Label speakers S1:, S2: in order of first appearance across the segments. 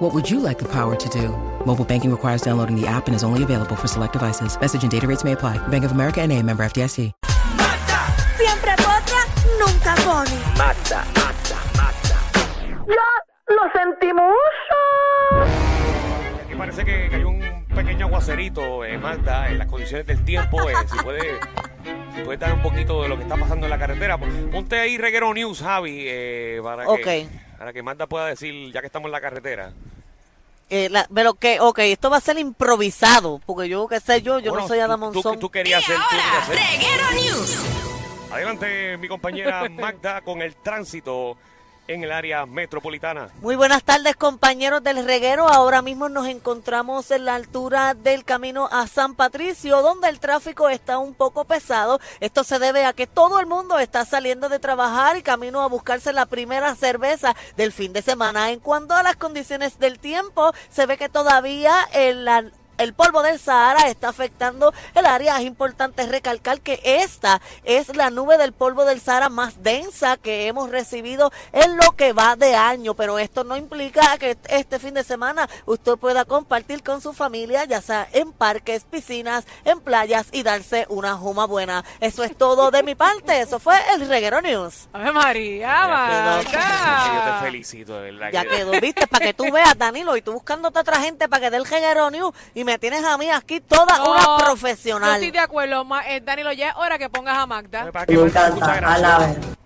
S1: What would you like the power to do? Mobile banking requires downloading the app and is only available for select devices. Message and data rates may apply. Bank of America and a member FDIC.
S2: Siempre potra, nunca pone.
S3: ¡Ya lo sentimos!
S4: Aquí parece que cayó un pequeño aguacerito, eh, Magda, en las condiciones del tiempo. eh, si puede, si puede dar un poquito de lo que está pasando en la carretera. Pon- Ponte ahí Reguero News, Javi, eh, para, que, para que Magda pueda decir, ya que estamos en la carretera.
S5: Eh, la- pero que, ok, esto va a ser improvisado, porque yo, qué sé yo, yo
S4: Bueno,
S5: no soy Ada
S4: tú- tú-
S5: Monzón.
S4: Tú, querías hacer, tú querías hacer. Adelante, mi compañera Magda, con el tránsito en el área metropolitana.
S5: Muy buenas tardes, compañeros del reguero. Ahora mismo nos encontramos en la altura del camino a San Patricio, donde el tráfico está un poco pesado. Esto se debe a que todo el mundo está saliendo de trabajar y camino a buscarse la primera cerveza del fin de semana. En cuanto a las condiciones del tiempo, se ve que todavía en la El polvo del Sahara está afectando el área. Es importante recalcar que esta es la nube del polvo del Sahara más densa que hemos recibido en lo que va de año. Pero esto no implica que este fin de semana usted pueda compartir con su familia, ya sea en parques, piscinas, en playas y darse una juma buena. Eso es todo de mi parte. Eso fue el Reguero News.
S6: Ave
S5: Ya
S6: María,
S5: quedó.
S4: Yo te
S6: Magda.
S4: felicito, de verdad.
S5: Ya
S4: que-
S5: quedó, viste, para que tú veas, Danilo, y tú buscándote a otra gente para que dé el Reguero News y me tienes a mí aquí toda
S6: No,
S5: una
S6: Yo
S5: profesional.
S6: estoy de acuerdo, Ma- eh, Danilo, ya es hora que pongas a Magda.
S4: Para que
S3: Me
S4: Magda escucha
S3: encanta, a
S4: grabación.
S3: la ver.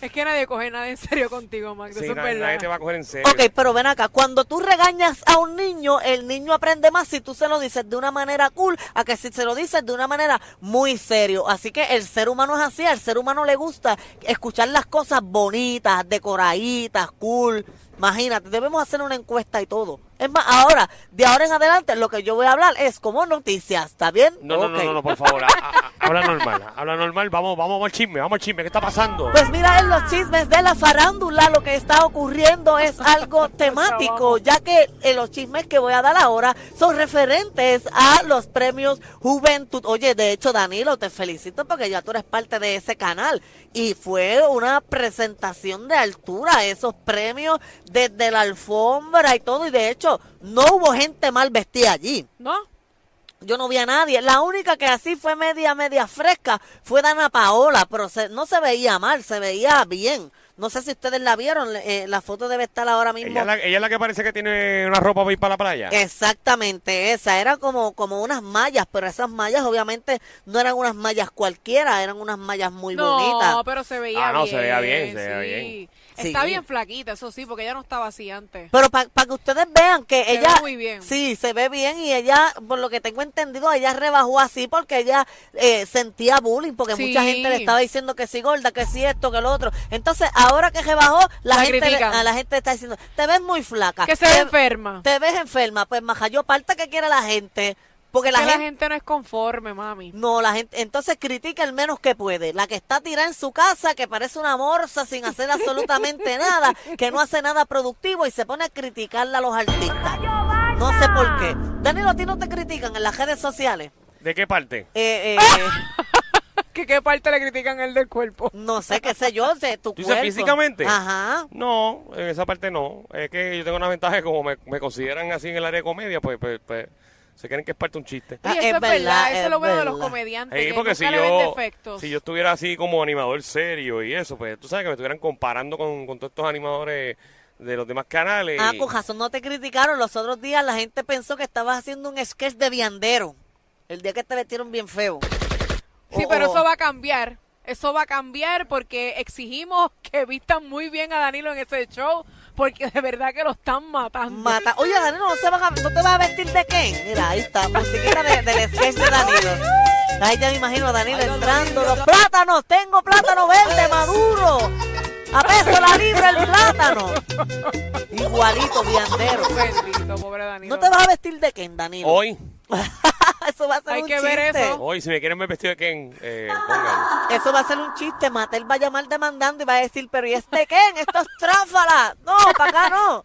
S6: Es que nadie coge nada en serio contigo, Magda,
S4: Sí,
S6: eso es
S4: nadie, nadie te
S6: verdad.
S4: va a coger en serio.
S5: Ok, pero ven acá, cuando tú regañas a un niño, el niño aprende más si tú se lo dices de una manera cool a que si se lo dices de una manera muy serio. Así que el ser humano es así, al ser humano le gusta escuchar las cosas bonitas, decoraditas, cool. Imagínate, debemos hacer una encuesta y todo. Es más, ahora, de ahora en adelante, lo que yo voy a hablar es como noticias, ¿está bien?
S4: No, no,
S5: Ok.
S4: no, no, no, por favor, ha- ha- habla normal, habla normal, vamos, vamos al chisme, vamos al chisme, ¿qué está pasando?
S5: Pues mira, en los chismes de la farándula lo que está ocurriendo es algo temático, ya que eh, los chismes que voy a dar ahora son referentes a los premios Juventud. Oye, de hecho, Danilo, te felicito porque ya tú eres parte de ese canal y fue una presentación de altura, esos premios desde la alfombra y todo, y de hecho, no hubo gente mal vestida allí.
S6: ¿No?
S5: Yo no vi a nadie. La única que así fue media, media fresca fue Dana Paola, pero se- no se veía mal, se veía bien. No sé si ustedes la vieron, eh, la foto debe estar ahora mismo. Eh.
S4: Ella es, la, ella es la que parece que tiene una ropa para ir para la playa.
S5: Exactamente, esa era como, como unas mallas, pero esas mallas obviamente no eran unas mallas cualquiera, eran unas mallas muy
S6: no,
S5: bonitas.
S6: pero se veía
S4: Ah,
S6: bien.
S4: no, se veía bien, se veía
S6: sí.
S4: bien.
S6: Está
S5: Sí.
S6: bien flaquita, eso sí, porque ella no estaba así antes.
S5: Pero para que ustedes vean que
S6: Se
S5: ella...
S6: ve muy bien.
S5: Sí, se ve bien y ella, por lo que tengo entendido, ella rebajó así porque ella eh, sentía bullying, porque
S6: Sí.
S5: mucha gente le estaba diciendo que sí gorda, que sí esto, que lo otro. Entonces, ahora que rebajó, la,
S6: La
S5: gente le-
S6: critican.
S5: a la gente le está diciendo, te ves muy flaca.
S6: Que se ve
S5: te,
S6: enferma.
S5: Ah, eh, te ves enferma. Pues, maja, yo parta que quiera la gente, porque la
S6: que
S5: gente...
S6: la gente no es conforme, mami.
S5: No, la gente, entonces critica el menos que puede. La que está tirada en su casa, que parece una morsa sin hacer absolutamente nada, que no hace nada productivo y se pone a criticarla a los artistas. No sé por qué. Danilo, ¿a ti no te critican en las redes sociales?
S4: ¿De qué parte?
S5: Eh, eh,
S6: que qué parte le critican el del cuerpo.
S5: no sé, qué sé yo, de tu
S4: ¿Tú dices
S5: cuerpo.
S4: físicamente?
S5: Ajá.
S4: No, en esa parte no. Es que yo tengo una ventaja, como me, me consideran así en el área de comedia, pues, pues, pues, se creen que es parte de un chiste.
S6: Y
S5: Ah,
S6: eso
S5: es
S6: es verdad,
S5: verdad,
S6: eso
S5: es
S6: lo veo de los
S5: verdad.
S6: comediantes.
S4: Sí,
S6: que
S4: porque
S6: nunca
S4: si
S6: le ven
S4: yo,
S6: defectos.
S4: si yo estuviera así como animador serio y eso, pues tú sabes que me estuvieran comparando con, con todos estos animadores de los demás canales.
S5: Ah,
S4: y-
S5: con razón no te criticaron. Los otros días la gente pensó que estabas haciendo un sketch de viandero. El día que te metieron bien feo.
S6: Sí,
S5: O-
S6: pero
S5: o-
S6: eso va a cambiar. Eso va a cambiar porque exigimos que vistan muy bien a Danilo en ese show porque de verdad que lo están matando.
S5: Mata. Oye, Danilo, ¿no, se van a- ¿no te vas a vestir de Ken? Mira, ahí está, musiquita de, del sketch de Danilo. Ahí ya me imagino a Danilo entrando. Los plátanos, tengo plátano verde, maduro. A peso la libra el plátano. Igualito, viandero.
S6: Bendito, pobre Danilo.
S5: ¿No te vas a vestir de Ken, Danilo?
S4: Hoy,
S5: Eso va a ser
S6: Hay
S5: un
S6: que
S5: chiste.
S6: ver eso.
S4: Hoy, si me quieren ver vestido de Ken, eh, pónganlo.
S5: Eso va a ser un chiste. Matel va a llamar demandando y va a decir, pero ¿y este qué? En estos tráfalas. No, para acá no.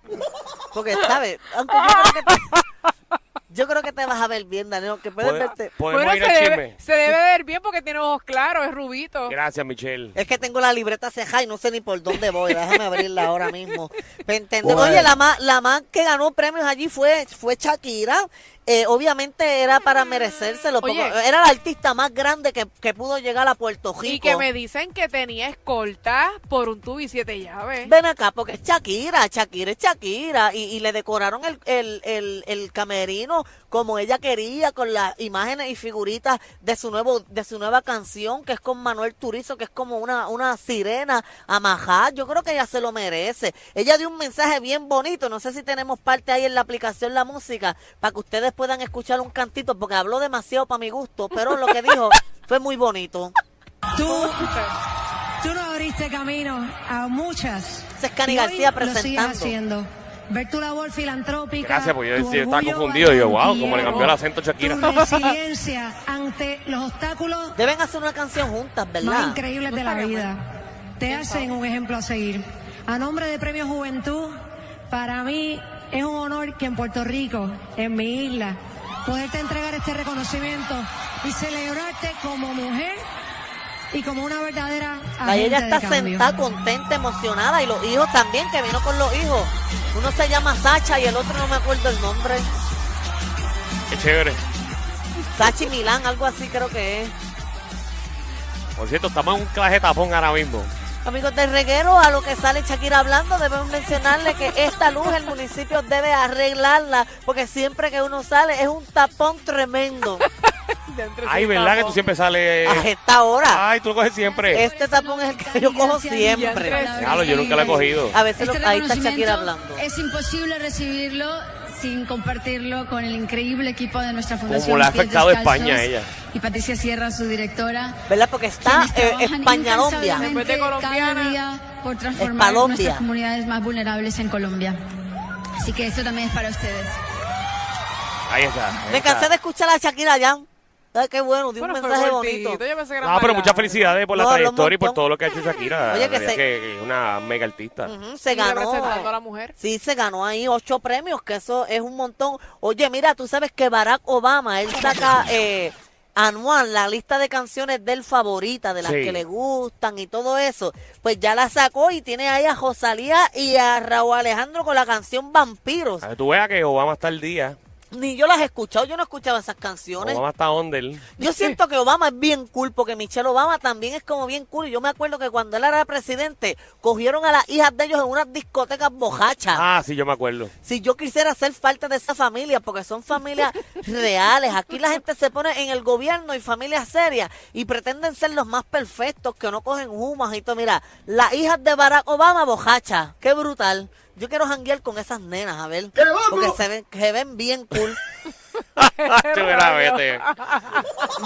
S5: Porque, ¿sabes? Aunque yo creo que te, yo creo que te vas a ver bien, Danilo, que puedes
S4: Pode-
S5: verte.
S4: Podemos
S6: Bueno,
S4: ir
S6: se
S4: al
S6: debe,
S4: chisme.
S6: se debe ver bien porque tiene ojos claros, es rubito.
S4: Gracias, Michelle.
S5: Es que tengo la libreta ceja y no sé ni por dónde voy. Déjame abrirla ahora mismo. ¿Me entiendes?
S7: Bueno.
S5: Oye, la más, la más que ganó premios allí fue, fue Shakira. Eh, obviamente era para merecérselo. porque
S6: Oye.
S5: era la artista más grande que, que pudo llegar a Puerto Rico.
S6: Y que me dicen que tenía escolta por un tubo y siete llaves.
S5: Ven acá, porque es Shakira, Shakira es Shakira. Y, y le decoraron el, el, el, el camerino como ella quería, con las imágenes y figuritas de su nuevo de su nueva canción, que es con Manuel Turizo, que es como una, una sirena amajada. Yo creo que ella se lo merece. Ella dio un mensaje bien bonito. No sé si tenemos parte ahí en la aplicación La Música para que ustedes puedan escuchar un cantito, porque habló demasiado para mi gusto, pero lo que dijo fue muy bonito.
S8: Tú, tú no abriste camino a muchas.
S5: Ese es Cani
S8: Y hoy
S5: García
S8: Lo sigues
S5: presentando.
S8: haciendo. Ver tu labor filantrópica.
S4: Gracias, porque yo
S8: tu
S4: decía, estaba
S8: orgullo
S4: confundido. Yo, wow,
S8: valentía,
S4: cómo le cambió el acento a Shakira.
S8: Tu resiliencia ante los obstáculos
S5: Deben hacer una canción juntas,
S8: más
S5: ¿verdad?
S8: increíbles de la vida. Te hacen un ejemplo a seguir. A nombre de Premio Juventud, para mí es un honor que en Puerto Rico, en mi isla, poderte entregar este reconocimiento y celebrarte como mujer y como una verdadera
S5: La
S8: agente
S5: ella
S8: de
S5: está
S8: cambio.
S5: sentada, contenta, emocionada. Y los hijos también, que vino con los hijos. Uno se llama Sacha y el otro no me acuerdo el nombre.
S4: Qué chévere.
S5: Sachi Milán, algo así creo que es.
S4: Por cierto, estamos en un clase tapón ahora mismo.
S5: Amigos del reguero, a lo que sale Shakira hablando, debemos mencionarle que esta luz el municipio debe arreglarla, porque siempre que uno sale es un tapón tremendo
S6: Dentro de
S4: Ay,
S6: ese
S4: ¿verdad que
S6: tapón.
S4: tú siempre
S6: Eh,
S4: sales?
S5: a esta hora.
S4: Ay, tú lo coges siempre.
S5: Este tapón es el que yo cojo siempre.
S4: Claro, yo nunca lo he cogido.
S5: A veces
S9: Este
S5: lo- ahí está
S9: reconocimiento
S5: Shakira hablando.
S9: Es imposible recibirlo sin compartirlo con el increíble equipo de nuestra fundación.
S4: Como le ha
S9: Pies
S4: afectado
S9: Descalzos
S4: España a ella.
S9: Y Patricia Sierra, su directora.
S5: ¿Verdad? Porque está
S9: quienes
S5: eh,
S9: trabajan
S5: España-Lombia.
S9: incansablemente
S6: Después de colombiana.
S9: cada día por transformar
S5: Espalombia.
S9: nuestras comunidades más vulnerables en Colombia. Así que eso también es para ustedes.
S4: Ahí está. ahí
S5: Ah, Me
S4: está.
S5: cansé de escuchar a Shakira ya. Ay, qué bueno, dio
S6: Bueno,
S5: un
S6: fue
S5: mensaje
S6: cortito,
S5: bonito.
S6: yo pensé que era
S4: No, Ah, pero
S6: más
S4: muchas
S6: largo.
S4: felicidades por la
S5: No, habló un
S4: trayectoria y por
S5: montón.
S4: todo lo que ha hecho Shakira.
S5: Oye, que
S4: La verdad
S5: se-
S4: que es una mega artista.
S5: Ujú, se
S6: Y representando a la
S5: ganó.
S6: mujer.
S5: Sí, se ganó ahí ocho premios, que eso es un montón. Oye, mira, tú sabes que Barack Obama, él saca eh, anual la lista de canciones del favorita, de las
S4: Sí.
S5: que le gustan y todo eso. Pues ya la sacó y tiene ahí a Rosalía y a Raúl Alejandro con la canción Vampiros.
S4: A ver, tú veas que Obama está al día.
S5: Ni yo las he escuchado, yo no escuchaba esas canciones.
S4: Obama está under.
S5: Yo siento que Obama es bien cool, porque Michelle Obama también es como bien cool. Y Yo me acuerdo que cuando él era presidente, cogieron a las hijas de ellos en unas discotecas bojachas.
S4: Ah, sí, yo me acuerdo.
S5: Si yo quisiera ser parte de esa familia, porque son familias reales. Aquí la gente se pone en el gobierno y familias serias y pretenden ser los más perfectos, que no cogen humas y todo. Mira, las hijas de Barack Obama bojachas. Qué brutal. Yo quiero janguear con esas nenas, a ver. Porque se ven, se ven bien cool.
S4: Tú verás, vete.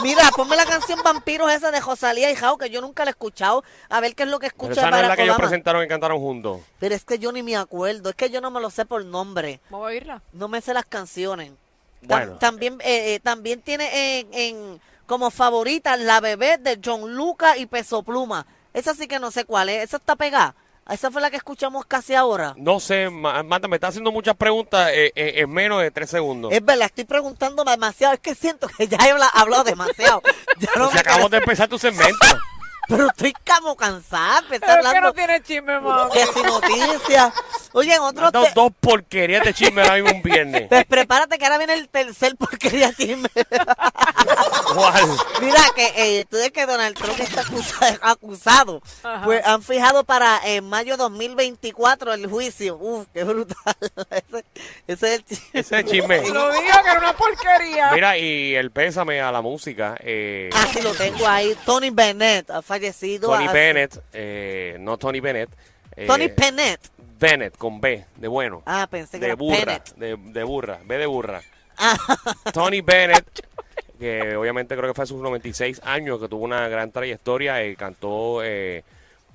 S5: Mira, ponme la canción Vampiros esa de Rosalía y Jao, que yo nunca la he escuchado. A ver qué es lo que
S4: Pero
S5: escucha
S4: esa no es la
S5: Barack
S4: que ellos
S5: Obama.
S4: presentaron y cantaron juntos.
S5: Pero es que yo ni me acuerdo, es que yo no me lo sé por nombre.
S6: Vamos a oírla.
S5: No me sé las canciones. Tam-
S4: Bueno.
S5: También, eh, eh, también tiene en, en- como favorita La Bebé de John Lucas y Peso Pluma. Esa sí que no sé cuál es, esa está pegada. Esa fue la que escuchamos casi ahora.
S4: No sé, Ma- Marta, me está haciendo muchas preguntas eh, eh, en menos de tres segundos.
S5: Es verdad, estoy preguntando demasiado. Es que siento que ya he habla- hablado demasiado. Ya
S4: Pues
S5: no
S4: si
S5: me
S4: acabamos de empezar tu segmento.
S5: Pero estoy como cansada. Empecé
S6: Pero es que no
S5: hablando
S6: tiene chisme, mamá.
S5: que sin noticias. Oye, en
S4: Me has
S5: otros
S4: dado
S5: te-
S4: dos porquerías de chisme ahora mismo un viernes.
S5: Pues prepárate que ahora viene el tercer porquería chisme.
S4: ¿Cuál?
S5: Mira, que eh, tú ves que Donald Trump está acusa- acusado. Pues han fijado para eh, mayo 2024 el juicio. Uf, qué brutal. ese, ese es el chisme.
S4: Ese es chisme.
S6: Lo digo que era una porquería.
S4: Mira, y el pésame a la música. Eh,
S5: Ah, sí, lo tengo ahí. Tony Bennett ha fallecido.
S4: Tony
S5: hace-
S4: Bennett, eh, no Tony Bennett. eh,
S5: Tony Bennett.
S4: Bennett, con B, de bueno.
S5: Ah, pensé que
S4: de
S5: era
S4: burra,
S5: Bennett.
S4: de, de burra, B de burra.
S5: Ah,
S4: Tony Bennett, que obviamente creo que fue a sus 96 años, que tuvo una gran trayectoria, eh, cantó eh,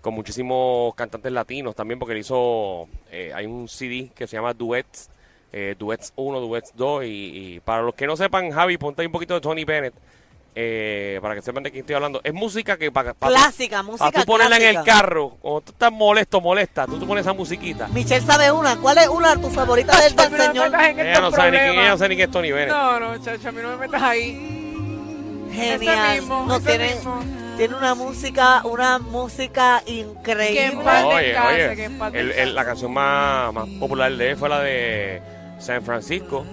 S4: con muchísimos cantantes latinos también, porque él hizo, eh, hay un CD que se llama Duets, eh, Duets 1, Duets 2. Y, y para los que no sepan, Javi, ponte ahí un poquito de Tony Bennett. eh, para que sepan de quién estoy hablando. Es música que para, para
S5: Clásica, música
S4: para tú ponerla en el
S5: clásica.
S4: carro. Cuando tú estás molesto, molesta, tú te pones esa musiquita.
S5: Michelle sabe una. ¿Cuál es una de tus favoritas del, del
S6: A mí no me
S5: señor?
S6: metas en
S4: Ella Eh,
S6: estos
S4: no sabe ni quién,
S6: problemas.
S4: ella no sabe ni quién es Tony Bennett.
S6: No, no, chacho, a mí no me metas ahí.
S5: Genial.
S6: Ese mismo,
S5: no
S6: ese
S5: tiene,
S6: mismo.
S5: tiene una música, una música
S6: Que
S5: increíble.
S6: en paz
S4: Oye,
S6: descanse,
S4: oye,
S6: que en paz
S4: el- el-
S6: descanse.
S4: la canción más, más popular de él fue la de San Francisco.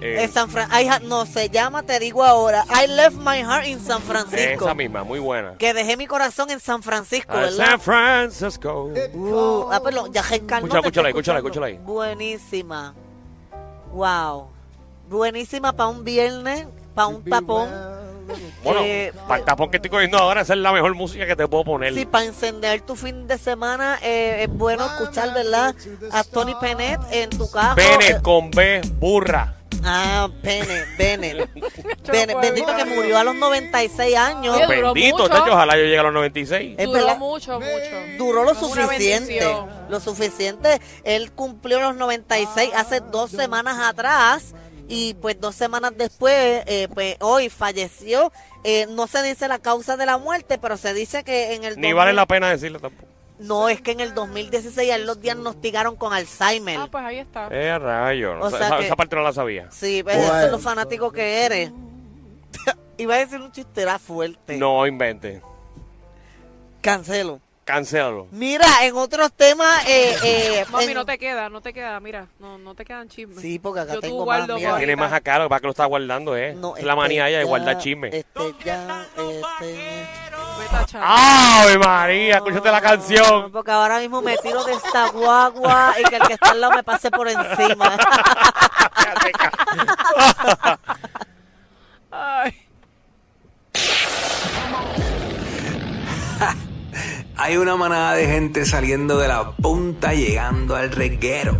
S4: Eh,
S5: Eh, San Fran- ay, ja- no, se llama, te digo ahora, I left my heart in San Francisco.
S4: esa misma, muy buena.
S5: Que dejé mi corazón en San Francisco,
S4: La de
S5: ¿verdad?
S4: San Francisco.
S5: Uh, ah, pero ya se calmó,
S4: Escúchala,
S5: te
S4: escúchala, escúchala,
S5: estoy escuchando.
S4: escúchala ahí.
S5: Buenísima. Wow. Buenísima para un viernes, para un tapón.
S4: Bueno,
S5: Eh,
S4: para el tapón que estoy cogiendo ahora, esa es la mejor música que te puedo poner.
S5: Sí, para encender tu fin de semana eh, es bueno escuchar, ¿verdad? A Tony Penet en tu carro.
S4: Bennett con B, burra.
S5: Ah, Bennett, Bennett.
S6: Yo
S5: Bennett,
S6: no puedo.
S5: bendito que murió a los 96 años.
S6: Qué duro,
S4: Bendito,
S6: mucho.
S4: chacho, ojalá yo llegue a los 96.
S5: Es
S6: Duró
S5: verdad.
S6: mucho, mucho.
S5: Duró lo
S6: Una
S5: suficiente.
S6: bendición.
S5: Lo suficiente. Él cumplió los 96 hace dos semanas atrás. Y pues dos semanas después, eh, pues hoy falleció. Eh, no se dice la causa de la muerte, pero se dice que en el...
S4: Ni
S5: 2000
S4: vale la pena decirlo tampoco.
S5: No, es que en el 2016 a él lo diagnosticaron con Alzheimer.
S6: Ah, pues ahí está.
S4: Eh, rayo. no
S5: O
S4: sé,
S5: sea
S4: esa,
S5: que-
S4: esa parte no la sabía.
S5: Sí, pues, ves, eso es lo fanático que eres. Iba a decir un chistera fuerte.
S4: No invente.
S5: Cancelo.
S4: Cancélalo.
S5: Mira, en otros temas... eh, eh,
S6: Mami,
S5: en-
S6: no te queda, no te queda, mira, no, no te quedan chismes.
S5: Sí, porque acá
S6: Yo tú
S5: tengo
S6: guardo
S5: más, mira.
S6: por
S4: Tiene
S6: ahorita.
S4: más acá, lo que pasa es que lo está guardando, ¿eh?
S5: No,
S4: Es la manía
S5: este
S4: ya de guardar
S5: ya,
S4: chisme.
S5: Este ya, este...
S6: Vete
S4: Ah.
S6: a chavo.
S4: ¡Ave María! Escúchate la
S5: No,
S4: canción.
S5: Porque ahora mismo me tiro de esta guagua y que el que está al lado me pase por encima.
S6: Ay.
S7: Hay una manada de gente saliendo de la punta llegando al reguero.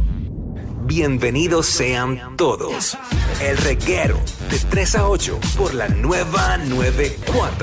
S7: Bienvenidos sean todos. El reguero de 3 a 8 por la nueva 94.